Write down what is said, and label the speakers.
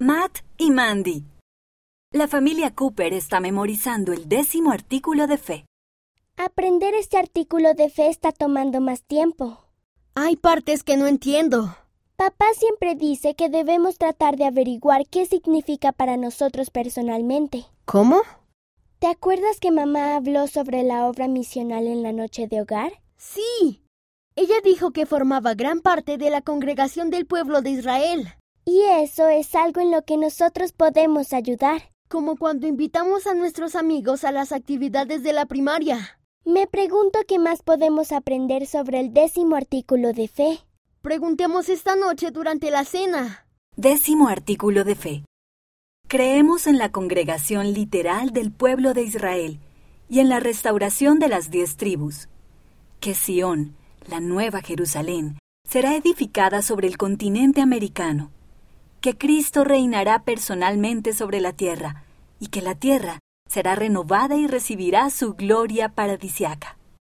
Speaker 1: Matt y Mandy. La familia Cooper está memorizando el décimo artículo de fe.
Speaker 2: Aprender este artículo de fe está tomando más tiempo.
Speaker 3: Hay partes que no entiendo.
Speaker 2: Papá siempre dice que debemos tratar de averiguar qué significa para nosotros personalmente.
Speaker 3: ¿Cómo?
Speaker 2: ¿Te acuerdas que mamá habló sobre la obra misional en la noche de hogar?
Speaker 3: Sí. Ella dijo que formaba gran parte de la congregación del pueblo de Israel,
Speaker 2: Y eso es algo en lo que nosotros podemos ayudar.
Speaker 3: como cuando invitamos a nuestros amigos a las actividades de la primaria.
Speaker 2: Me pregunto qué más podemos aprender sobre el décimo artículo de fe.
Speaker 3: Preguntemos esta noche durante la cena.
Speaker 1: Décimo artículo de fe. Creemos en la congregación literal del pueblo de Israel y en la restauración de las diez tribus. Que Sión, la nueva Jerusalén, será edificada sobre el continente americano. Que Cristo reinará personalmente sobre la tierra y que la tierra será renovada y recibirá su gloria paradisiaca.